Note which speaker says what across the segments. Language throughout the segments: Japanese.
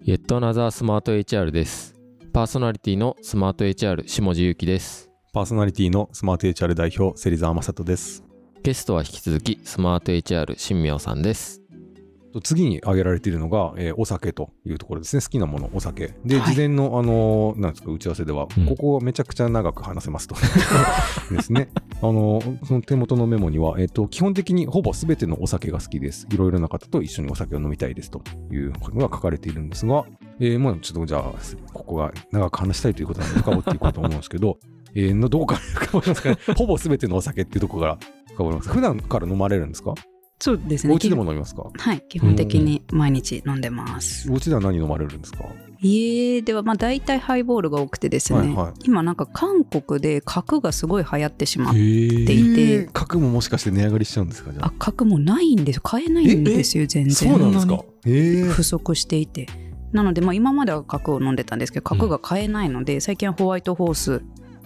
Speaker 1: Yet Another Smart HR です。パーソナリティのスマート HR 下地ゆきです。
Speaker 2: パーソナリティのスマート HR 代表、芹沢雅人です。
Speaker 1: ゲストは引き続きスマート HR 新明さんです。
Speaker 2: と次に挙げられているのが、えーお酒というところですね。好きなもの、お酒。で、
Speaker 3: はい
Speaker 2: 事前の、あのーなんですか、打ち合わせでは、
Speaker 1: うん
Speaker 2: ここをめちゃくちゃ長く話せますと。 ですね。あのーその手元のメモには、えっ、と、基本的にほぼ全てのお酒が好きです。いろいろな方と一緒にお酒を飲みたいですということが書かれているんですが、えーまあちょっとじゃあ、ここが長く話したいということなので、深掘っていこうと思うんです けど、えーのどうか深掘りますかね。ほぼ全てのお酒っていうところから深掘ります。普段から飲まれるんですか
Speaker 3: そうですね。
Speaker 2: お家でも飲みますか
Speaker 3: 基本はい、基本的に毎日飲んでます。
Speaker 2: お家では何飲まれるんですか
Speaker 3: 家ではまあ大体ハイボールが多くてですね、
Speaker 2: はいは
Speaker 3: 今なんか韓国で角がすごい流行ってしまっ
Speaker 2: へ
Speaker 3: て、
Speaker 2: え
Speaker 3: でいて
Speaker 2: 角ももしかして値上がりしちゃうんですかじゃ
Speaker 3: あ
Speaker 2: あ
Speaker 3: 角もないんですよ買えないんですよ全然
Speaker 2: そうなんですかへえ
Speaker 3: 不足していてなのでまあ今までは角を飲んでたんですけど角が買えないので、最近はホワイトホース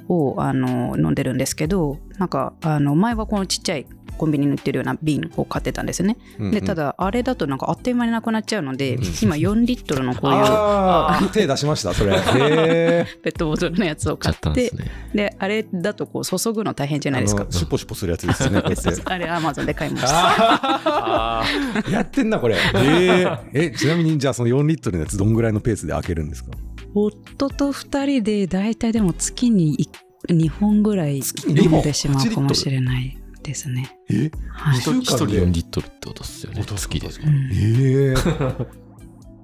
Speaker 3: をあの飲んでるんですけどなんかあの前はこのちっちゃいコンビニに売ってるような瓶を買ってたんですよね、でただあれだとなんかあっという間になくなっちゃうので、
Speaker 2: うん
Speaker 3: 今4リットルの こういう
Speaker 2: ああ手出しましたそれへえ
Speaker 3: ペットボトルのやつを
Speaker 1: 買
Speaker 3: 買
Speaker 1: っ
Speaker 3: って
Speaker 1: たんですね。
Speaker 3: であれだとこう注ぐの大変じゃないです
Speaker 2: あ
Speaker 3: か
Speaker 2: のシュポシュポするやつですよねこうやって
Speaker 3: あれアマゾンで買いました
Speaker 2: あーやってんなこれへーえちなみにじゃあその4リットルのやつどんぐらいのペースで開けるんですか
Speaker 3: 夫と2人で大体でも月に2本ぐらい
Speaker 2: 月に二
Speaker 3: 飲
Speaker 2: 本
Speaker 3: んでしまうかもし
Speaker 2: 1
Speaker 3: れないですね
Speaker 2: え
Speaker 3: はい、
Speaker 2: 一週
Speaker 1: 一人
Speaker 2: 間で
Speaker 1: 4リットルってことですよね。
Speaker 2: お
Speaker 1: 好きです。
Speaker 3: う
Speaker 1: ね。
Speaker 3: ん
Speaker 2: へえ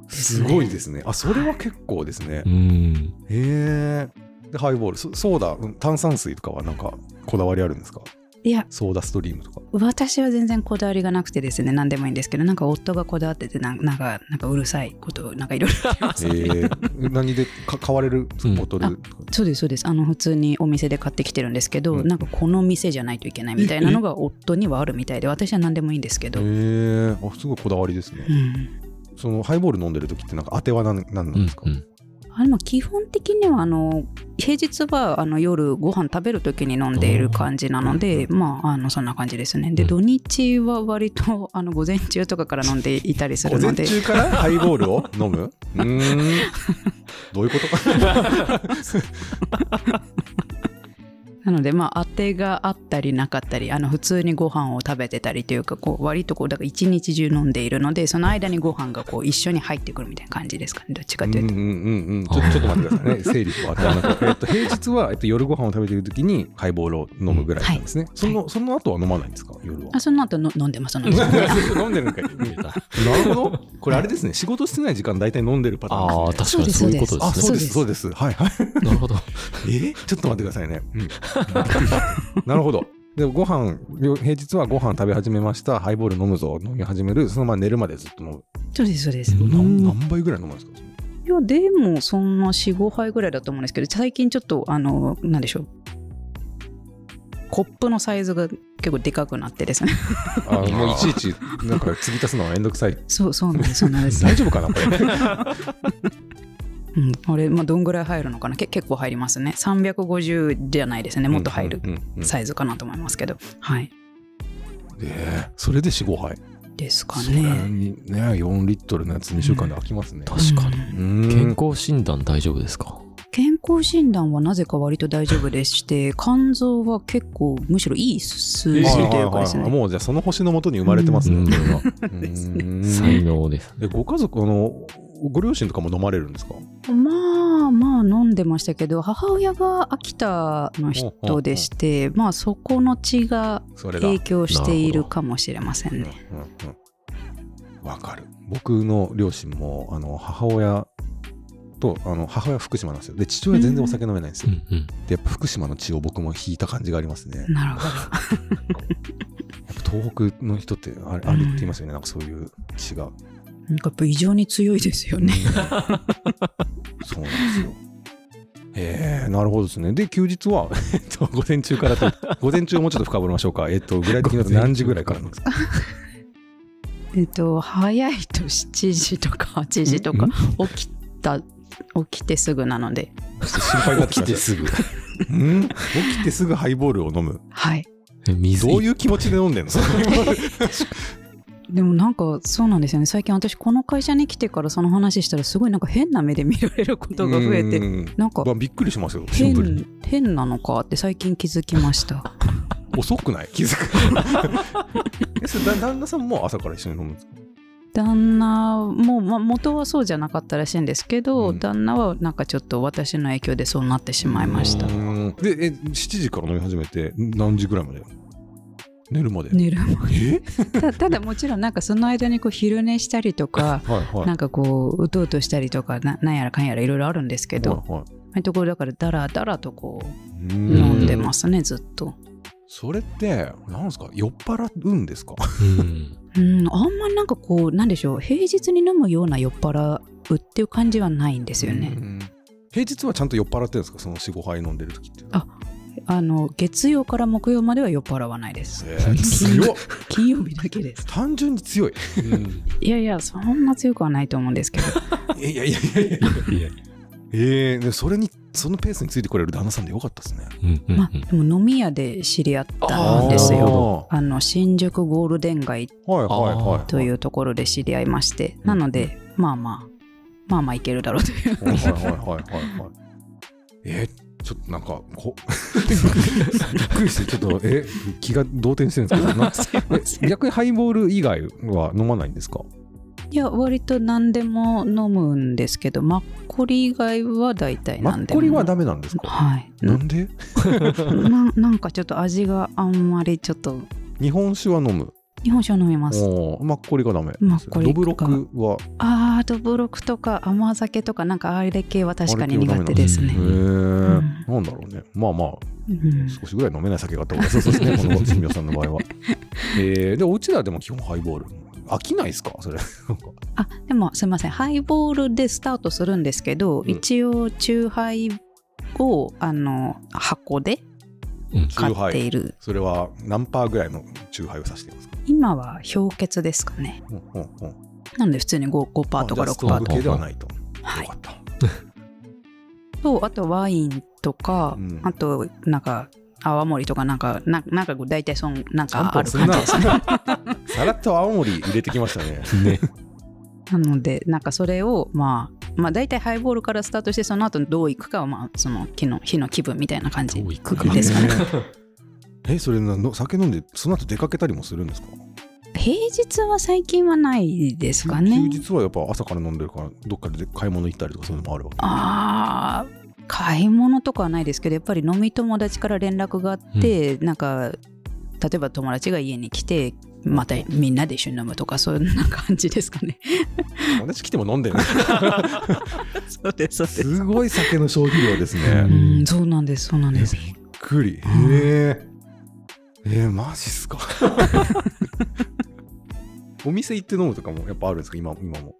Speaker 3: す
Speaker 2: す
Speaker 3: ね
Speaker 2: ごいですねあそれは結構ですね
Speaker 1: うん。
Speaker 2: へえでハイボールそソーダうん炭酸水とかはなんかこだわりあるんですか
Speaker 3: いや
Speaker 2: ソーダストリームとか
Speaker 3: 私は全然こだわりがなくてですね何でもいいんですけどなんか夫がこだわっててなんなんかなんかうるさいことをなんかいろいろ言います
Speaker 2: え
Speaker 3: ね、
Speaker 2: ー、何でか買われる
Speaker 1: うん
Speaker 2: ボトルとか、
Speaker 3: そうですそうですあの普通にお店で買ってきてるんですけど、
Speaker 2: うん
Speaker 3: なんかこの店じゃないといけないみたいなのが夫にはあるみたいで私は何でもいいんですけど、
Speaker 2: へーあすごいこだわりですね、
Speaker 3: うん、
Speaker 2: そのハイボール飲んでる時ってなんか当ては何何な
Speaker 1: うんん
Speaker 2: ですか、
Speaker 1: うん。
Speaker 3: あれも基本的にはあの平日はあの夜ご飯食べる時に飲んでいる感じなので、まああのそんな感じですねで
Speaker 1: うん
Speaker 3: 土日は割とあの午前中とかから飲んでいたりする
Speaker 2: 午
Speaker 3: の
Speaker 2: 前
Speaker 3: で
Speaker 2: 中からハイボールを飲 むうーんどういうことか
Speaker 3: なのでまあ当てがあったりなかったりあの普通にご飯を食べてたりというかこう割とこうだから一日中飲んでいるのでその間にご飯がこう一緒に入ってくるみたいな感じですかねどっちか
Speaker 2: う
Speaker 3: と
Speaker 2: んう
Speaker 3: いうんと、
Speaker 2: うんうんちょちょっと待ってくださ いね整理と当てはなくて、えっと、平日は、えっと、夜ご飯を食べてる時にハイボールを飲むぐらいなんですね、そのその後は飲まないんですか夜は
Speaker 3: あその後の飲んでます飲んでます
Speaker 2: 飲んでるんかい。
Speaker 1: 出た
Speaker 2: なるほど。これあれですね。仕事してない時間大体飲んでるパターン
Speaker 1: ああ、
Speaker 2: です
Speaker 1: 確
Speaker 2: ね。
Speaker 1: かにそういうこと
Speaker 3: あ
Speaker 1: で
Speaker 3: ー
Speaker 1: す
Speaker 2: そう
Speaker 1: ね。
Speaker 2: ですそうです。はいはい。
Speaker 1: なるほど。
Speaker 2: えちょっと待ってくださいね。うん、 なるほど。でご飯よ平日はご飯食べ始めました。ハイボール飲むぞ。飲み始める。そのまま寝るまでずっと飲む。
Speaker 3: そうですそうです
Speaker 2: 何何杯ぐらい飲むんですか。
Speaker 3: いやでもそんな45杯ぐらいだと思うんですけど最近ちょっとあのなんでしょうコップのサイズが結構でかくなってですね
Speaker 2: あのもういちいちなんか継ぎ足すのはめんどくさい。
Speaker 3: そうそうなんですそうなんです、
Speaker 2: 大丈夫かなこれ。
Speaker 3: うん、あれ、まあ、どんぐらい入るのかなけ結構入りますね350じゃないですねもっと入る
Speaker 2: うんうんうん
Speaker 3: サイズかなと思いますけど、はい
Speaker 2: えーそれで四五杯。
Speaker 3: ですか
Speaker 2: それ
Speaker 3: ね
Speaker 2: にね四リットルのやつ二週間で飽きますね。
Speaker 1: 確かに。
Speaker 3: うん
Speaker 2: うん
Speaker 1: 健康診断大丈夫ですか
Speaker 3: 健康診断はなぜか割と大丈夫でして肝臓は結構むしろいい数字
Speaker 2: はいはい
Speaker 3: というか
Speaker 2: は
Speaker 3: です
Speaker 2: い
Speaker 3: ね、
Speaker 2: はいもうじゃあその星のもとに生まれてますね、
Speaker 1: うん
Speaker 2: これは。
Speaker 3: ですね
Speaker 2: うー
Speaker 1: 才
Speaker 2: ん
Speaker 1: 能です。
Speaker 2: えご家族あのご両親とかも飲まれるんですか
Speaker 3: まあまあ飲んでましたけど母親が秋田の人でしてまあそこの血が
Speaker 2: それだ。うん
Speaker 3: 影響しているかもしれませんね。
Speaker 2: うんわかる。僕の両親もあの母親とあの母親は福島なんですよ。で父親全然お酒飲めないんです
Speaker 1: う
Speaker 2: よ。
Speaker 1: んうん。
Speaker 2: でやっぱ福島の血を僕も引いた感じがありますね。
Speaker 3: なるほど。
Speaker 2: やっぱ東北の人ってあれあれって言いますよね。なんかそういう血が。
Speaker 3: なんかやっぱ異常に強いですよね。
Speaker 2: そうなんですよ。えー、なるほどですね。で、休日は、 えっと、午前中からと、 午前中をもうちょっと深掘りましょうか。えっと、具体的に言うと何時ぐらいからなんですか
Speaker 3: えっと早いと7時とか8時とか起きた起きてすぐなので
Speaker 2: 心配になってきまし
Speaker 1: すぐ。
Speaker 2: た。うん起きてす ぐハイボールを飲む。
Speaker 3: はい。
Speaker 1: え水
Speaker 2: どういう気持ちで飲んでんのそのハイボール
Speaker 3: でもなんかそうなんですよね最近私この会社に来てからその話したらすごいなんか変な目で見られることが増えて
Speaker 2: うん
Speaker 3: なんか
Speaker 2: まあびっくりしますよ、シンプルに。
Speaker 3: 変変なのかって最近気づきました
Speaker 2: 遅くない気づ く。えそれだ旦那さんも朝から一緒に飲むんですか
Speaker 3: 旦那も、まあ、元はそうじゃなかったらしいんですけど、
Speaker 2: うん
Speaker 3: 旦那はなんかちょっと私の影響でそうなってしまいました
Speaker 2: うんでえ、7時から飲み始めて、何時ぐらいまで寝るまで。
Speaker 3: 寝る
Speaker 2: え
Speaker 3: たただもちろんなんかその間にこう昼寝したりとか
Speaker 2: はいはい。
Speaker 3: なんかこううとうとしたりとかななんやらかんやらいろいろあるんですけど、
Speaker 2: はいはい
Speaker 3: はい、ところだからダラダラとこう
Speaker 2: うん
Speaker 3: 飲んでますねずっと。
Speaker 2: それって、なんですか、酔っ払うんですか
Speaker 1: うん
Speaker 3: うん、あんまりなんかこうなんでしょう平日に飲むような酔っ払うっていう感じはないんですよね。
Speaker 2: うん平日はちゃんと酔っ払ってるんですか、その4、5杯飲んでる時って。
Speaker 3: ああの月曜から木曜までは酔っ払わないです。
Speaker 2: えー 強っ
Speaker 3: 金曜日だけです。
Speaker 2: 単純に強い。
Speaker 3: いやいやそんな強くはないと思うんですけど。
Speaker 2: いやいやいやいやいや。えー、でそれにそのペースについてこれる旦那さんでよかったですね。
Speaker 1: うんうん
Speaker 3: まあでも飲み屋で知り合ったんです
Speaker 1: あーなる
Speaker 3: よ。
Speaker 2: よ。
Speaker 3: あの新宿ゴールデン街
Speaker 2: はいはいはい。
Speaker 3: というところで知り合いまして、なのでまあまあまあまあいけるだろうという。
Speaker 2: はいはいはいはいはい。えーちょっとなんかこ びっくりしてちょっとえ気が動転してるん ですけどなえ逆にハイボール以外は飲まないんですか
Speaker 3: いや割と何でも飲むんですけどマッコリ以外は大体
Speaker 2: マッ
Speaker 3: 何でも
Speaker 2: コリはダメなんですか
Speaker 3: はい
Speaker 2: な
Speaker 3: なん
Speaker 2: で
Speaker 3: ななんかちょっと味があんまりちょっと
Speaker 2: 日本酒は飲む
Speaker 3: 日本酒を飲みます
Speaker 2: おーマッコリがダメ
Speaker 3: マッコリが
Speaker 2: ドブロクは
Speaker 3: あードブロクとか甘酒とかなんかあれ系は確かに
Speaker 2: あれ系は
Speaker 3: 苦手です
Speaker 2: へ
Speaker 3: ね
Speaker 2: え、
Speaker 3: ん
Speaker 2: なんだろうねまあまあ
Speaker 3: うん
Speaker 2: 少しぐらい飲めない酒があった方がそうです ねこの新庄さんの場合はえー、でお家ではでも基本ハイボール飽きないですかそれなんか
Speaker 3: あでもすいませんハイボールでスタートするんですけど、
Speaker 2: ん
Speaker 3: 一応酎ハイをあの箱で買っている
Speaker 2: それは何パーぐらいの酎ハイを指していますか、
Speaker 3: 今は氷結ですかね
Speaker 2: うんうんうん、
Speaker 3: なので普通に 5%, 5とか
Speaker 2: あじゃあスト
Speaker 3: 6%
Speaker 2: ロン
Speaker 3: パー
Speaker 2: グ
Speaker 3: と
Speaker 2: 系ではないと、
Speaker 3: はい
Speaker 2: よかった
Speaker 3: とあとワインとか、
Speaker 2: うん
Speaker 3: あとなんか泡盛とかなんかななんかこう大体そんなん
Speaker 2: ちゃん
Speaker 3: か
Speaker 2: と
Speaker 3: ある感じですね
Speaker 2: さらっと青森入れてきましたね
Speaker 1: ね
Speaker 3: なのでなんかそれをまあまあ大体ハイボールからスタートしてその後どういくかはまあその日の日の気分みたいな感じ
Speaker 1: どういくか
Speaker 3: ですかね
Speaker 2: えそれなの酒飲んでその後出かけたりもするんですか
Speaker 3: 平日は最近はないですかね
Speaker 2: 休日はやっぱ朝から飲んでるからどっかで買い物行ったりとかそういうのもあるわけ
Speaker 3: あー買い物とかはないですけどやっぱり飲み友達から連絡があって、なんか例えば友達が家に来てまたみんなで一緒に飲むとかそんな感じですかね
Speaker 2: 友達来ても飲んで る
Speaker 3: そうですそうです
Speaker 2: ごい酒の消費量です
Speaker 1: う
Speaker 2: ね
Speaker 3: うんそうなんですそうなん
Speaker 2: びっ
Speaker 3: です
Speaker 2: くりへええー、マジっす かお店行って飲むとかもやっぱあるんですか今今も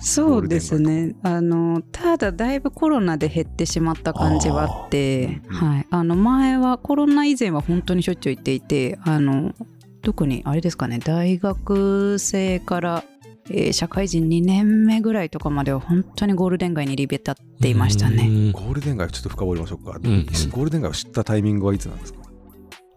Speaker 3: そうですねあのただだいぶコロナで減ってしまった感じはあって
Speaker 2: あー
Speaker 3: はい、あの前はコロナ以前は本当にしょっちゅう行っていてあの特にあれですかね大学生から、えー社会人2年目ぐらいとかまでは本当にゴールデン街に入り浸っていましたね。
Speaker 1: ね
Speaker 2: ゴールデン街をちょっと深掘りましょうか、
Speaker 1: うん
Speaker 2: ゴールデン街を知ったタイミングはいつなんですか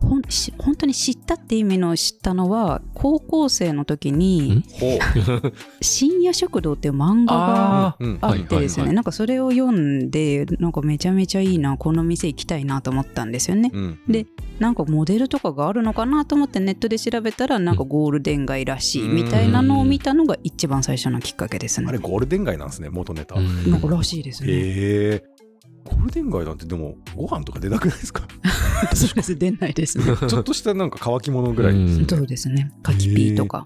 Speaker 3: ほんし本当に知ったって意味の知ったのは高校生の時に
Speaker 2: ほう
Speaker 3: 「深夜食堂」っていう漫画が
Speaker 1: あ
Speaker 2: うん
Speaker 3: あってですね、
Speaker 1: はいはいはい
Speaker 3: なんかそれを読んでなんかめちゃめちゃいいなこの店行きたいなと思ったんですよね、
Speaker 2: うん
Speaker 3: でなんかモデルとかがあるのかなと思ってネットで調べたらなんかゴールデン街らしいみたいなのを見たのが一番最初のきっかけですね
Speaker 2: あれゴールデン街なんですね元ネタ、へ
Speaker 1: うん
Speaker 3: なんからしいですね、
Speaker 2: えゴールデン街なんてでもご飯とか出なくない ですか
Speaker 3: そうです出ないで すね
Speaker 2: ちょっとしたなんか乾き物ぐらい、
Speaker 1: うん
Speaker 3: そうですねカキピーとか、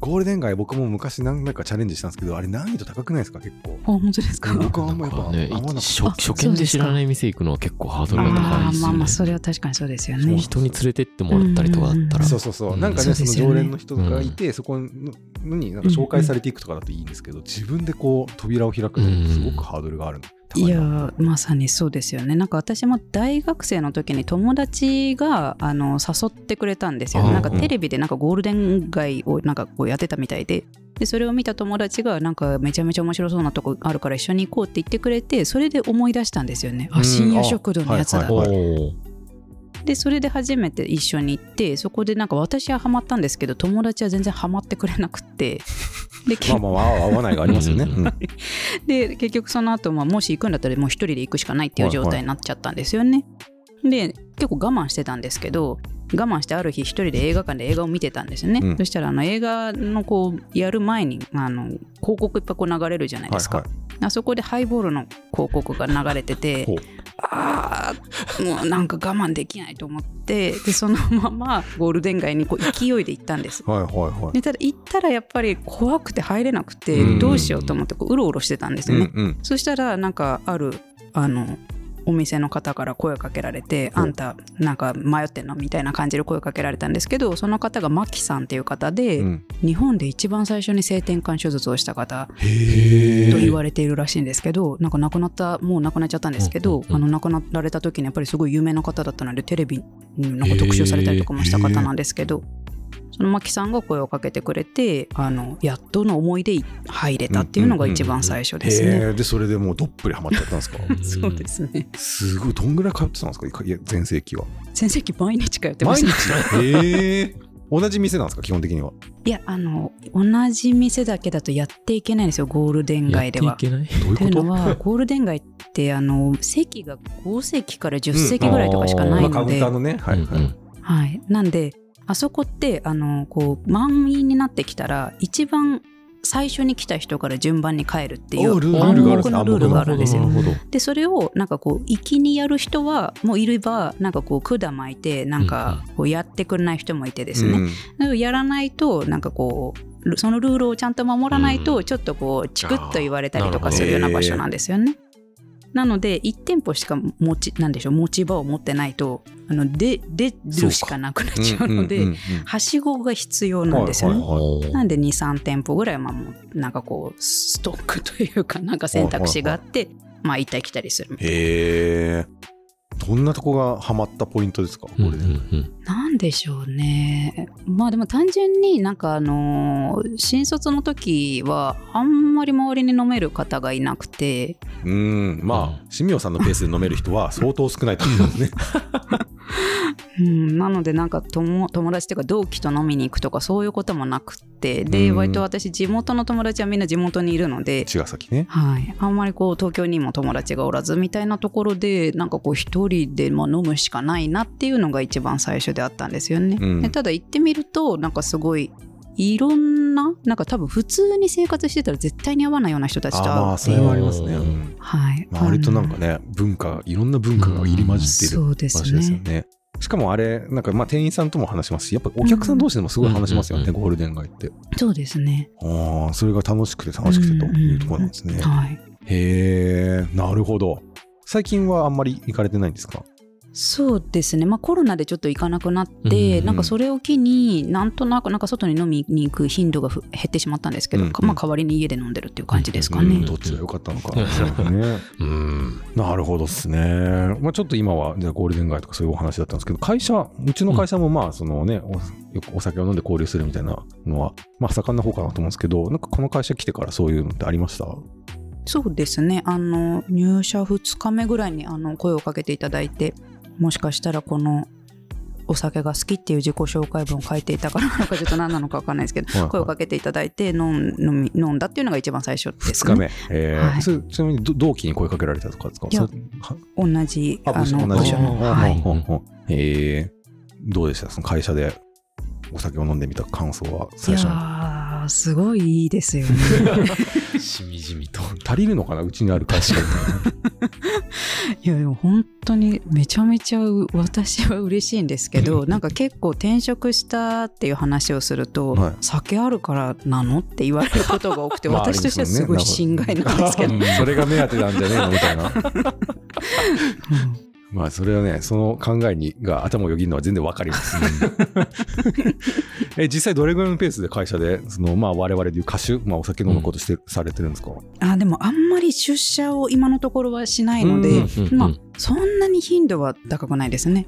Speaker 2: ゴールデン街僕も昔何回かチャレンジしたんですけどあれ難易度高くないですか結構
Speaker 3: あ本当ですか、
Speaker 2: 僕はあ
Speaker 1: なん
Speaker 2: まやっぱ合わ
Speaker 1: んか
Speaker 2: な
Speaker 1: ね
Speaker 2: かった
Speaker 1: 初
Speaker 3: あ
Speaker 1: 初見で知らない店行くのは結構ハードルが高い
Speaker 3: あ
Speaker 1: で
Speaker 3: ー
Speaker 1: す
Speaker 3: ま
Speaker 1: よ
Speaker 3: あま
Speaker 1: ね
Speaker 3: あそれは確かにそうですよ
Speaker 2: そう
Speaker 3: ね
Speaker 1: 人に連れてってもらったりとかだったら
Speaker 2: そうそうそう、
Speaker 1: うん
Speaker 2: なんか
Speaker 3: そ
Speaker 2: ね
Speaker 3: う
Speaker 2: そ
Speaker 3: ですよ
Speaker 2: の常
Speaker 3: ね
Speaker 2: 連の人がいて、そこのになんか紹介されていくとかだといいんですけど、自分でこう扉を開くのにすごくハードルがあるの、高
Speaker 3: いや
Speaker 2: な
Speaker 3: ーまさにそうですよねなんか私も大学生の時に友達があの誘ってくれたんですよ
Speaker 1: あー
Speaker 3: なんかテレビでなんかゴールデン街をなんかこうやってたみたいででそれを見た友達がなんかめちゃめちゃ面白そうなとこあるから一緒に行こうって言ってくれてそれで思い出したんですよね
Speaker 2: う
Speaker 3: あ
Speaker 2: ん
Speaker 3: 深夜食堂のやつだ、
Speaker 2: あはいはい
Speaker 1: おー
Speaker 3: でそれで初めて一緒に行ってそこでなんか私はハマったんですけど友達は全然ハマってくれなくって で結
Speaker 2: まあまあ、合う合わないがありますよね。
Speaker 1: うん
Speaker 2: うん
Speaker 3: で結局その後、まあもし行くんだったらもう一人で行くしかないっていう状態になっちゃったんですよね。で結構我慢してたんですけど我慢してある日一人で映画館で映画を見てたんですよね、
Speaker 2: うん
Speaker 3: そしたらあの映画のこうやる前にあの広告いっぱいこう流れるじゃないですか、
Speaker 2: はい
Speaker 3: あそこでハイボールの広告が流れてて
Speaker 2: ほう
Speaker 3: ああもうなんか我慢できないと思ってでそのままゴールデン街にこう勢いで行ったんです
Speaker 2: はいはいはいはい。
Speaker 3: でただ行ったらやっぱり怖くて入れなくて
Speaker 2: うん
Speaker 3: どうしようと思ってこううろうろしてたんです
Speaker 2: う
Speaker 3: よ
Speaker 2: ん
Speaker 3: ね、
Speaker 2: うん。
Speaker 3: そしたらなんかあるあのお店の方から声をかけられて「
Speaker 2: ほう
Speaker 3: あんたなんか迷ってんの?」みたいな感じで声をかけられたんですけどその方がマキさんっていう方で、
Speaker 2: うん
Speaker 3: 日本で一番最初に性転換手術をした方
Speaker 2: へ
Speaker 3: と言
Speaker 2: ー
Speaker 3: われているらしいんですけどなんか亡くなったもう亡くなっちゃったんですけ
Speaker 1: うん
Speaker 3: ど、
Speaker 1: うんうん
Speaker 3: あの亡くなられた時にやっぱりすごい有名な方だったのでテレビになんか特集されたりとかもした方なんですけど。そのマキさんが声をかけてくれてあのやっとの思いで入れたっていうのが一番最初ですね。
Speaker 2: へえ。で、それでもうどっぷりハマっちゃったんですか
Speaker 3: そうですね。
Speaker 2: すごい。どんぐらい通ってたんですかいかいや、全盛期は。
Speaker 3: 先生期毎日通ってま
Speaker 2: 毎
Speaker 3: し
Speaker 2: 日
Speaker 3: た
Speaker 2: へえ。同じ店なんですか基本的には。
Speaker 3: いやあの同じ店だけだとやっていけないんですよゴールデン街で
Speaker 1: やっ
Speaker 3: は。
Speaker 1: ていけない
Speaker 2: どういう
Speaker 3: とい
Speaker 2: こ
Speaker 3: う
Speaker 2: と
Speaker 3: のはゴールデン街ってあの席が5席から10席ぐらいとかしかな
Speaker 2: ま
Speaker 3: い
Speaker 2: あカウ
Speaker 3: の
Speaker 2: ン
Speaker 3: で、
Speaker 2: ターのね。はいはい。
Speaker 3: はい、なんであそこってあのこう満員になってきたら一番最初に来た人から順番に帰るってい
Speaker 2: あ
Speaker 3: う
Speaker 1: ー
Speaker 2: ル
Speaker 1: ルがあるんです
Speaker 3: 暗黙のルールがあるんですよ
Speaker 1: な。るほど。
Speaker 3: でそれをなんかこう粋にやる人はもういればなんかこう管巻いてなんかこうやってくれない人もいてですね、
Speaker 2: うん
Speaker 3: だからやらないとなんかこうルそのルールをちゃんと守らないと、
Speaker 1: うん
Speaker 3: ちょっとこうチクッと言われたりと
Speaker 1: あ
Speaker 3: か
Speaker 1: ー
Speaker 3: するよう
Speaker 2: な
Speaker 3: な
Speaker 2: るほ
Speaker 3: 場
Speaker 2: ど
Speaker 3: 所なんですよね。なので1店舗しか持ちなんでしょう持ち場を持ってないとあので出るしかなくなっちゃうので、
Speaker 2: んんん
Speaker 3: はしごが必要なんですよね。
Speaker 2: はいはい
Speaker 3: なんで23店舗ぐらいはまあもうなんかこうストックというかなんか選択肢があって、まあ行ったり来たりする
Speaker 2: へえ。どんなとこがハマったポイントですかこれで。
Speaker 3: なんでしょうねまあでも単純になんかあのー新卒の時はあんまり周りに飲める方がいなくて
Speaker 2: うん。まあ、新明さんのペースで飲める人は相当少ないと思うんですね。
Speaker 3: うん、なのでなんか友友達というか同期と飲みに行くとかそういうこともなくって
Speaker 2: う
Speaker 3: で
Speaker 2: ん
Speaker 3: 割と私地元の友達はみんな地元にいるので、
Speaker 2: 茅ヶ崎ね。
Speaker 3: はい、あんまりこう東京にも友達がおらずみたいなところでなんかこう一人でまあ飲むしかないなっていうのが一番最初であったんですよね。
Speaker 2: うん
Speaker 3: でただ行ってみるとなんかすごいいろんななんか多分普通に生活してたら絶対に合わないような人たちと
Speaker 2: ああまあ、
Speaker 3: 会うって
Speaker 2: そ
Speaker 3: い
Speaker 2: れ
Speaker 3: う。
Speaker 2: はありますね。
Speaker 1: う
Speaker 2: うんん
Speaker 3: はい、
Speaker 2: まあ、割となんか
Speaker 3: あ
Speaker 2: ね、文化、いろんな文化が入り混
Speaker 3: の
Speaker 2: じっている
Speaker 3: そうです
Speaker 2: 話ですよ
Speaker 3: ね。
Speaker 2: ね。しかもあれ、なんかまあ店員さんとも話しますし、やっぱお客さん同士でもすごい話しますよね、
Speaker 1: うん
Speaker 2: ゴールデン街って。
Speaker 3: そうですね。
Speaker 2: ああ、それが楽しくて楽しくてというところなんですね。
Speaker 3: はい。
Speaker 2: へえ、なるほど。最近はあんまり行かれてないんですか
Speaker 3: そうですね、まあ、コロナでちょっと行かなくなって、
Speaker 1: うんうん
Speaker 3: なんかそれを機になんとなくなんか外に飲みに行く頻度がふ減ってしまったんですけど、
Speaker 2: うんうん
Speaker 3: まあ、代わりに家で飲んでるっていう感じですか
Speaker 2: う
Speaker 3: ね。
Speaker 2: んどっちが良かったのか。ね
Speaker 1: うん。
Speaker 2: なるほどですね。まあ、ちょっと今はじゃあゴールデン街とかそういうお話だったんですけど、会社、うちの会社もまあ、そのね、およくお酒を飲んで交流するみたいなのは、まあ、盛んな方かなと思うんですけど、なんかこの会社来てからそういうのってありました
Speaker 3: そうですねあの入社2日目ぐらいにあの声をかけていただいてもしかしたらこのお酒が好きっていう自己紹介文を書いていたからなのかちょっと何なのか分かんないですけど
Speaker 2: はいはい
Speaker 3: 声をかけていただいて飲ん飲み飲んだっていうのが一番最初です、
Speaker 2: ?2
Speaker 3: ね、
Speaker 2: 日目。えー
Speaker 3: はい
Speaker 2: それちなみにど同期に声かけられたとかですか
Speaker 3: いや
Speaker 2: それは
Speaker 3: 同じ
Speaker 2: あ、
Speaker 3: あ
Speaker 2: 部署
Speaker 3: の
Speaker 2: 同
Speaker 3: 部
Speaker 2: じ。
Speaker 3: 署の、
Speaker 2: あ
Speaker 3: はい、
Speaker 2: ほんほんほんえーどうでしたその会社でお酒を飲んでみた感想は最初
Speaker 3: い
Speaker 2: に。
Speaker 3: やーすごいいいですよね。
Speaker 1: しみじみと。
Speaker 2: 足りるのかなうちにある会社。
Speaker 3: いやでも本当にめちゃめちゃう私は嬉しいんですけどなんか結構転職したっていう話をすると、
Speaker 2: はい
Speaker 3: 酒あるからなのって言われることが 多くて、
Speaker 2: まあ
Speaker 3: 私としてはすごい心外なんですけど、
Speaker 2: ありますよねそれが目当てなんじゃねえのみたいな。 まあそれはね、その考えにが頭をよぎるのは全然わかります。 え実際どれぐらいのペースで会社でそのまあ我々でいう歌手、まあ、お酒飲むことして、されてるんですか。
Speaker 3: うん あでもあんまり出社を今のところはしないので、
Speaker 1: うんうんうん
Speaker 3: まあ、そんなに頻度は高くないですね。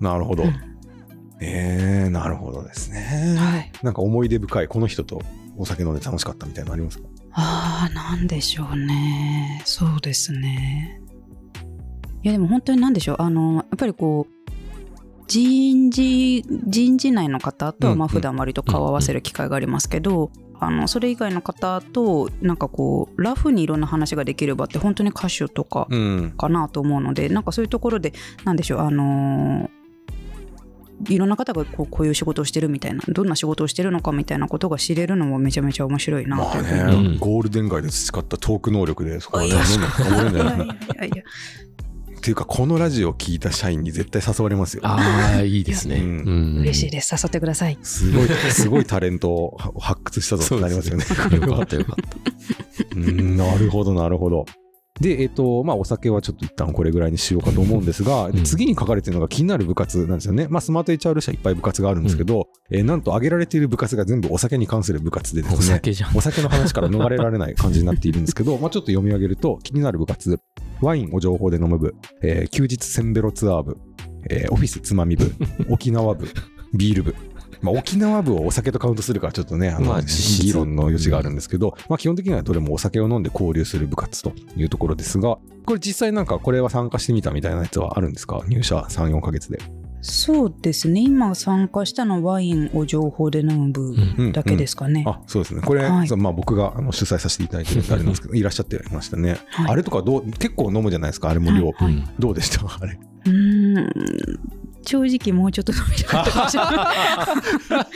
Speaker 2: なるほど。
Speaker 3: うん
Speaker 2: えー、なるほどですね。
Speaker 3: はい、
Speaker 2: なんか思い出深いこの人とお酒飲んで楽しかったみたいなのありますか。
Speaker 3: ああなんでしょうねそうですねいやでも本当に何でしょうあのやっぱりこう人事人事内の方とは
Speaker 2: うんう
Speaker 3: ま
Speaker 2: ん
Speaker 3: あ普段割と顔を合わせる機会がありますけど、あのそれ以外の方となんかこうラフにいろんな話ができればって本当に歌手とか
Speaker 2: うん。
Speaker 3: かなと思うのでなんかそういうところでなんでしょうあのーいろんな方がこうこういう仕事をしてるみたいなどんな仕事をしてるのかみたいなことが知れるのもめちゃめちゃ面白いな
Speaker 2: ま
Speaker 3: とい
Speaker 2: あ
Speaker 3: うふう
Speaker 2: ね、
Speaker 3: に
Speaker 1: うん
Speaker 2: ゴールデン街で培ったトーク能力で、そこはね、
Speaker 3: いや
Speaker 2: どんどん深めるんじゃないか
Speaker 3: い
Speaker 2: な。
Speaker 3: やいやいや
Speaker 2: っていうか、このラジオを聞いた社員に絶対誘われますよ。
Speaker 1: ああ、いいですね。
Speaker 2: う
Speaker 1: うんん
Speaker 3: 嬉しいです誘ってください
Speaker 2: すごい、すごいタレントを発掘したぞってなりますよね。
Speaker 1: よかったよかった。
Speaker 2: うんなるほど、なるほど。で、えっと、まあ、お酒はちょっと一旦これぐらいにしようかと思うんですが、
Speaker 1: ん
Speaker 2: 次に書かれてるのが気になる部活なんですよね。まあ、スマート HR 社いっぱい部活があるんですけど、えーなんと挙げられている部活が全部お酒に関する部活でで
Speaker 1: お
Speaker 2: すね。
Speaker 1: 酒じゃん。
Speaker 2: お酒の話から逃れられない感じになっているんですけど、 まあちょっと読み上げると、気になる部活、ワインを情報で飲む部、えー休日せんべろツアー部、えーオフィスつま み部、沖縄部、ビール部。まあ、沖縄部をお酒とカウントするかはちょっとね、あの
Speaker 1: まあ実質
Speaker 2: 議論の余地があるんですけど、まあ、基本的にはどれもお酒を飲んで交流する部活というところですが、これ実際なんかこれは参加してみたみたいなやつはあるんですか入社3、4ヶ月で。
Speaker 3: そうですね今参加したのはワインを情報で飲む部
Speaker 2: うん。
Speaker 3: だけですすかね、
Speaker 2: あそうですね、これ、
Speaker 3: はい
Speaker 2: そうまあ、僕があの主催させていただいてるんであれなん ですけど、いらっしゃってましたね。
Speaker 3: はい
Speaker 2: あれとかどう結構飲むじゃないですか、あれも量。
Speaker 1: う
Speaker 3: はい
Speaker 1: ん
Speaker 2: どうでした あれ。
Speaker 3: うーん正直もうちょっと飲みたかったかもしれない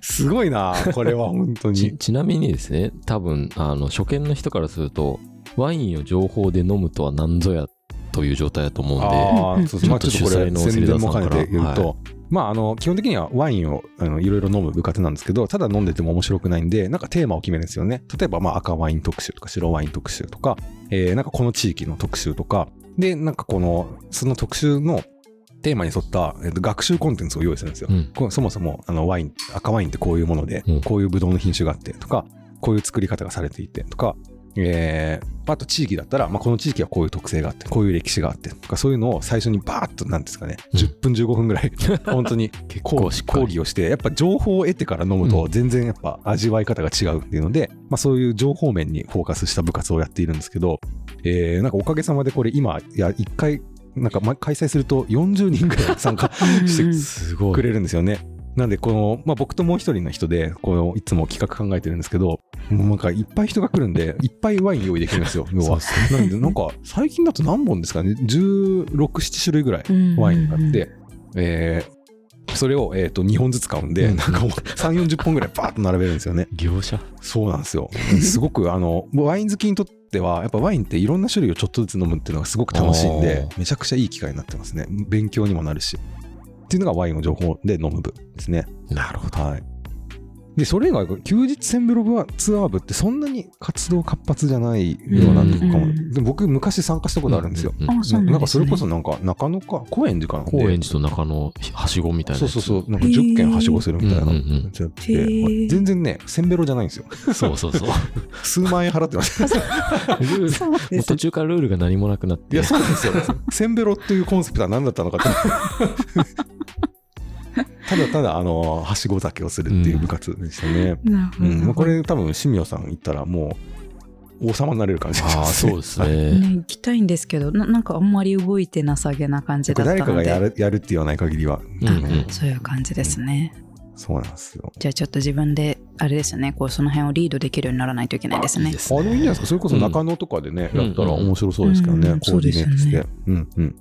Speaker 2: すごいな、これ は本当
Speaker 1: ち
Speaker 2: に。
Speaker 1: ちなみにですね、多分あの初見の人からすると、ワインを情報で飲むとは何ぞやという状態だと思うんで、
Speaker 2: ああ、そうそう、まあ、ちょっとこ
Speaker 1: ちょっと主催
Speaker 2: れ
Speaker 1: の
Speaker 2: 宣伝も兼ねて言
Speaker 1: 芹澤さん
Speaker 2: う
Speaker 1: から
Speaker 2: と。まあ、あの基本的にはワインをあのいろいろ飲む部活なんですけどただ飲んでても面白くないんでなんかテーマを決めるんですよね例えばまあ赤ワイン特集とか白ワイン特集とか、えーなんかこの地域の特集とかでなんかこのその特集のテーマに沿った、えっと学習コンテンツを用意するんですよ、
Speaker 1: うん
Speaker 2: こうそもそもあのワイン赤ワインってこういうもので、
Speaker 1: うん
Speaker 2: こういうブドウの品種があってとかこういう作り方がされていてとか、えーあと地域だったら、まあ、この地域はこういう特性があってこういう歴史があってとかそういうのを最初にバーッとなんですかね、
Speaker 1: うん
Speaker 2: 10分15分ぐらい 本当に
Speaker 1: 結
Speaker 2: 講
Speaker 1: 構
Speaker 2: 義
Speaker 1: しっか
Speaker 2: 講
Speaker 1: り。
Speaker 2: 義をしてやっぱ情報を得てから飲むと全然やっぱ味わい方が違うっていうので、まあ、そういう情報面にフォーカスした部活をやっているんですけど、えーなんかおかげさまでこれ今いや1回なんかま開催すると40人ぐらい参加して
Speaker 3: うんうん
Speaker 1: すご
Speaker 2: く
Speaker 1: い。
Speaker 2: れるんですよね。なんでこの、まあ、僕ともう一人の人でこのいつも企画考えてるんですけどもうなんかいっぱい人が来るんでいっぱいワイン用意できるん ですよ要は。なんでなんか最近だと何本ですかね1617種類ぐらいワインがあって、えーそれを、えー、と2本ずつ買うんで、
Speaker 1: うん
Speaker 2: なんかもう3 4 0本ぐらいバーッと並べるんですよね。
Speaker 1: 業者
Speaker 2: そうなんですよ。すごくあのワイン好きにとってはやっぱワインっていろんな種類をちょっとずつ飲むっていうのがすごく楽しいんで
Speaker 1: お
Speaker 2: めちゃくちゃいい機会になってますね。勉強にもなるし。っていうのがワインの情報で飲む部ですね。
Speaker 1: なるほど。
Speaker 2: はい。でそれ以外休日センブロブはツアー部ってそんなに活動活発じゃないようなとこかも、
Speaker 3: うん
Speaker 2: で僕昔参加したことあるんですよ、
Speaker 1: うう
Speaker 3: あそうなんですね
Speaker 2: なんかそれこそなんか中野か高円寺かなんで
Speaker 1: 高円寺と中野はしごみたいな
Speaker 2: そ
Speaker 1: や
Speaker 2: う
Speaker 1: つ。
Speaker 2: そうそう、なんか10件はしごするみたいな
Speaker 1: うんうん
Speaker 2: や
Speaker 1: うん
Speaker 2: つやって、
Speaker 3: へー
Speaker 2: 全然ね、せんべろじゃないんですよ。
Speaker 1: そうそうそう。
Speaker 2: 数万円払ってます。
Speaker 1: ルール
Speaker 3: そうなん
Speaker 1: も
Speaker 3: で
Speaker 1: う
Speaker 3: す
Speaker 1: 途中からルールが何もなくなっ
Speaker 2: い
Speaker 1: て
Speaker 2: や、。そうなんですよ。せんべろっていうコンセプトは何だったのかって。 ただただ、あの、はしご酒をするっていう部活でしたね。
Speaker 3: な
Speaker 2: うん。ま
Speaker 3: る
Speaker 2: あ
Speaker 3: ほ
Speaker 2: こ
Speaker 3: ど、
Speaker 2: れ多分、シミオさん行ったらもう、王様になれる感じ
Speaker 1: ああ、そうですね。
Speaker 3: ね、行きたいんですけどななんかあんまり動いてなさげな感じ
Speaker 2: こ
Speaker 3: だ
Speaker 2: れ
Speaker 3: ったの
Speaker 2: 誰
Speaker 3: で
Speaker 2: かが やるやるって言わない限りは、
Speaker 1: うんうん
Speaker 3: そういう感じですね、
Speaker 2: そうなんですよ。
Speaker 3: じゃあちょっと自分であれですよねこうその辺をリードできるようにならないといけないですね
Speaker 1: いいです
Speaker 2: あ
Speaker 1: ね
Speaker 2: でもいいんじゃないですか、それこそ中野とかでね、
Speaker 1: うん
Speaker 2: やったら面白そうですけどね、
Speaker 3: うんうん
Speaker 2: コーディネートして。
Speaker 3: そう
Speaker 2: うんうん。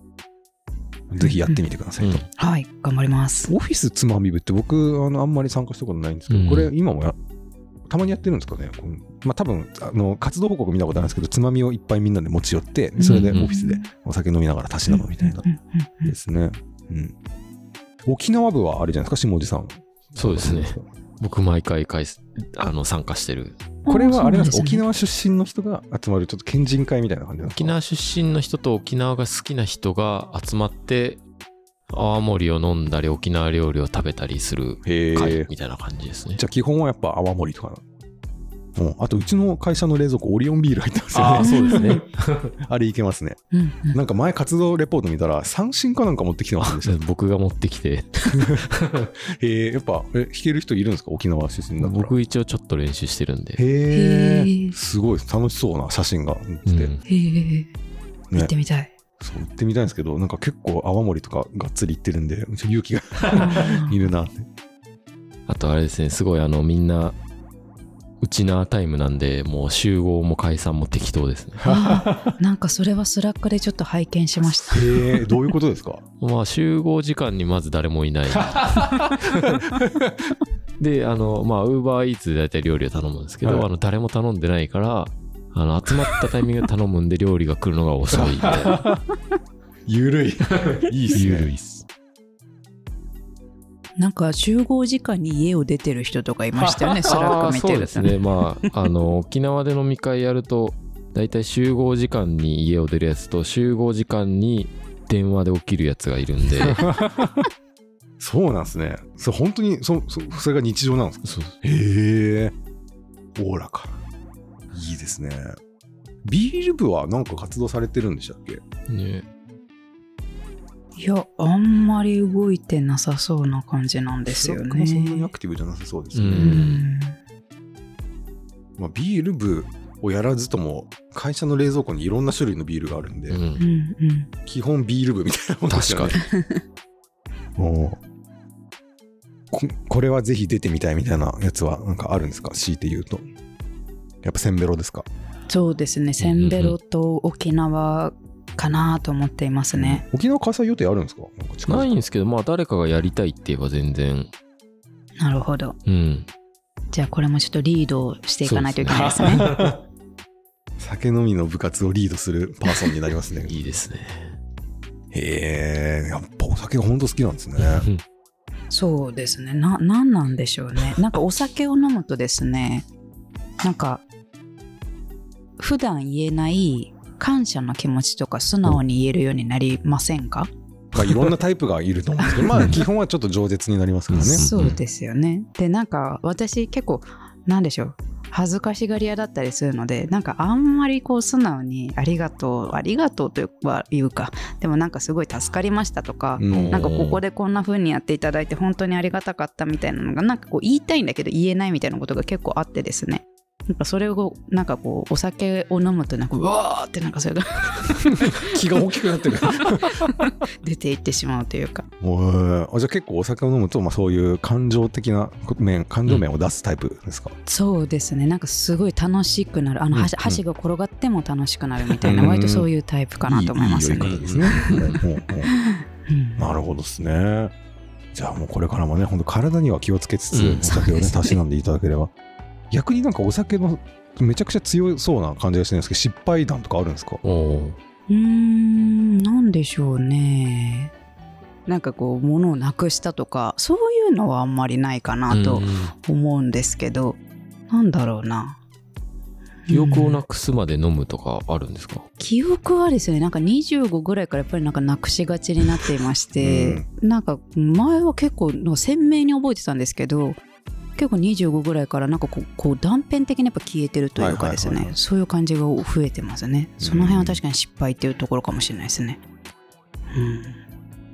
Speaker 2: ぜひやってみてくださいと。
Speaker 1: うん
Speaker 3: はい頑張ります
Speaker 2: オフィスつまみ部って僕あのあんまり参加したことないんですけど、
Speaker 1: うん
Speaker 2: これ今もやたまにやってるんですかねこうまあ多分あの活動報告見たことあるんですけどつまみをいっぱいみんなで持ち寄ってそれでオ
Speaker 1: うん
Speaker 2: フィスでお酒飲みながらたしなむみたいな
Speaker 3: うんうんうんうん
Speaker 2: ですね、うん、沖縄部はあれじゃないですか下地さん
Speaker 1: そうですね。僕毎回開催あの参加してる。
Speaker 2: これはあれなんですか
Speaker 3: そう
Speaker 2: 沖
Speaker 3: ね
Speaker 2: 縄出身の人が集まるちょっと県人会みたいな感じなんですか
Speaker 1: 沖縄出身の人と沖縄が好きな人が集まって泡盛を飲んだり沖縄料理を食べたりする
Speaker 2: へ
Speaker 1: 会
Speaker 2: え
Speaker 1: みたいな感じですね
Speaker 2: じ。ゃあ基本はやっぱ泡盛とかなうん、あとうちの会社の冷蔵庫オリオンビール入ってますよね
Speaker 1: ああ、そうですね。
Speaker 2: あれいけますね
Speaker 3: うんうん
Speaker 2: なんか前活動レポート見たら三振かなんか持ってきてますでしたね
Speaker 1: 僕が持ってきて、
Speaker 2: へえやっぱえ弾ける人いるんですか沖縄出身だから
Speaker 1: 僕一応ちょっと練習してるんで。
Speaker 2: へ
Speaker 3: へ
Speaker 2: え
Speaker 3: ー
Speaker 2: すごい楽しそうな写真が載って
Speaker 1: う
Speaker 2: て、
Speaker 1: ん
Speaker 3: へえ行ってみたい
Speaker 2: そう、行ってみたいんですけど、なんか結構泡盛とかがっつり行ってるんで、ちょっと勇気がいるなって。
Speaker 1: あとあれですね、すごいあの、みんな、ウチナータイムなんで、もう集合も解散も適当ですね。
Speaker 3: あーなんかそれはスラックでちょっと拝見しました
Speaker 2: えー、どういうことですか
Speaker 1: まあ集合時間にまず誰も いない。で、あの、まあ、ウーバーイーツで大体料理を頼むんですけど、
Speaker 2: はい
Speaker 1: あの、誰も頼んでないから、あの、集まったタイミングで頼むんで料理が来るのが遅いみたいな。
Speaker 2: ゆるい。 いいっすね。
Speaker 1: ゆる
Speaker 2: い。
Speaker 1: いっす。
Speaker 3: なんか集合時間に家を出てる人とかいま したよねスラック見て
Speaker 1: あーそうで
Speaker 3: る
Speaker 1: す
Speaker 3: と
Speaker 1: ね。まあ、あの、沖縄で飲み会やると、大体集合時間に家を出るやつと、集合時間に電話で起きるやつがいるんで、
Speaker 2: そうなんですね。そう本当にそそ、それが日常なんですか
Speaker 1: そう
Speaker 2: へえ。おおらか。いいですね。ビール部はなんか活動されてるんでしたっけ
Speaker 1: ね、
Speaker 3: いやあんまり動いてなさそうな感じなんですよ
Speaker 2: スラックもそんなにア
Speaker 3: ね
Speaker 2: クティブじゃなさそうですね。
Speaker 3: う
Speaker 1: うんん
Speaker 2: まあ、ビール部をやらずとも、会社の冷蔵庫にいろんな種類のビールがあるんで、
Speaker 1: うん
Speaker 3: うんうん
Speaker 2: 基本ビール部みたいなもんですよね。確かに。おーここれはぜひ出てみたいみたいなやつはなんかあるんですか強いて言うと。やっぱせんべろですか
Speaker 3: そうですねせんべろと沖縄かなと思っていますね、
Speaker 2: 沖縄開催予定あるんですかなんか近々
Speaker 1: ないんですけど、まあ、誰かがやりたいって言えば全然、
Speaker 3: なるほど
Speaker 1: うん。
Speaker 3: じゃあこれもちょっとリードしていかないといけないですね
Speaker 2: 酒飲みの部活をリードするパーソンになりますね。
Speaker 1: いいですね。
Speaker 2: へえ、やっぱお酒が本当好きなんですね。
Speaker 3: そうですねな何なんでしょうねなんかお酒を飲むとですねなんか普段言えない感謝の気持ちとか素直に言えるようになりませんか、
Speaker 2: まあいろんなタイプがいると思うんですけど、ま あ基本はちょっと饒舌になりますからね。
Speaker 3: そうですよねでなんか私結構なんでしょう恥ずかしがり屋だったりするのでなんかあんまりこう素直に「ありがとう」「ありがとう」とは言うかでもなんかすごい助かりましたとか、
Speaker 2: うん
Speaker 3: なんかここでこんな風にやっていただいて本当にありがたかったみたいなのがなんかこう言いたいんだけど言えないみたいなことが結構あってですねなんかそれをなんかこうお酒を飲むとなんかうわーってなんかそれが
Speaker 2: 気が大きくなってる。
Speaker 3: 出ていってしまうというか
Speaker 2: おーあじゃあ結構お酒を飲むと、まあ、そういう感情的な面感情面を出すタイプですか、
Speaker 3: そうですねなんかすごい楽しくなるあの
Speaker 2: うん
Speaker 3: 箸,、
Speaker 2: うん
Speaker 3: 箸が転がっても楽しくなるみたいな、
Speaker 2: うん
Speaker 3: 割とそういうタイプかなと思います
Speaker 2: いい
Speaker 3: ね
Speaker 2: いい酔い方ですね、ほうほうほ
Speaker 3: うん
Speaker 2: うなるほどですねじゃあもうこれからもね本当体には気をつけつつ、
Speaker 1: うん
Speaker 2: お酒を
Speaker 3: そう
Speaker 2: ね
Speaker 3: ですね
Speaker 2: たしなんでいただければ逆になんかお酒のめちゃくちゃ強そうな感じがしてるんですけど失敗談とかあるんですか
Speaker 1: おお。
Speaker 3: うーんなんでしょうねなんかこう物をなくしたとかそういうのはあんまりないかなと思うんですけど、なんだろうな
Speaker 1: 記憶を
Speaker 3: う
Speaker 1: なんくすまで飲むとかあるんですか、
Speaker 3: 記憶はですねなんか25ぐらいからやっぱりなんかなくしがちになっていまして、なんか前は結構なんか鮮明に覚えてたんですけど結構25ぐらいからなんかこうこう断片的にやっぱ消えてるというかですね、
Speaker 2: はいはいはいはい
Speaker 3: そういう感じが増えてますねその辺は確かに失敗っていうところかもしれないですね、うん、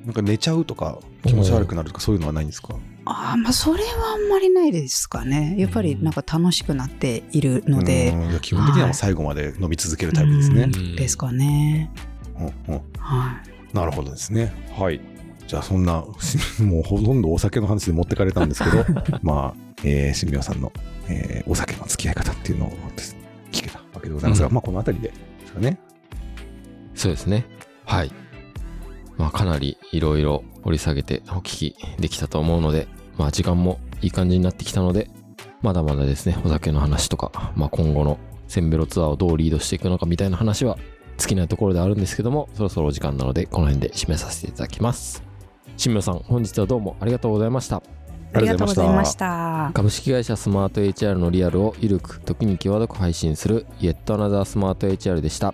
Speaker 2: なんか寝ちゃうとか気持ち悪くなるとかそういうのはないんですか
Speaker 3: あーまあそれはあんまりないですかねやっぱりなんか楽しくなっているので、
Speaker 2: うんじゃあ基本的にはもう最後まで飲み続けるタイプですね、
Speaker 3: うんですかね
Speaker 2: うんうん
Speaker 3: はい
Speaker 2: なるほどですね。はい。じゃあそんな、しもうほとんどお酒の話で持ってかれたんですけ ど、まあ、えー、新明さんの、えーお酒の付き合い方っていうのをです聞けたわけでございますが、
Speaker 1: うん
Speaker 2: まあこの辺りでですかね。。
Speaker 1: そうですね。はい。まあ、かなりいろいろ掘り下げてお聞きできたと思うので、まあ、時間もいい感じになってきたので、まだまだですね、お酒の話とか、まあ、今後のセンベロツアーをどうリードしていくのかみたいな話は尽きないところではあるんですけども、そろそろお時間なので、この辺で締めさせていただきます。新名さん、本日はどうもありがとうございました。
Speaker 3: ありがとうございましたた
Speaker 1: 株式会社スマート HR のリアルをゆるく時に際どく配信する Yet Another Smart HR でした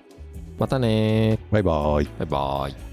Speaker 1: またね
Speaker 2: バイバイ。
Speaker 1: ーバイバーイ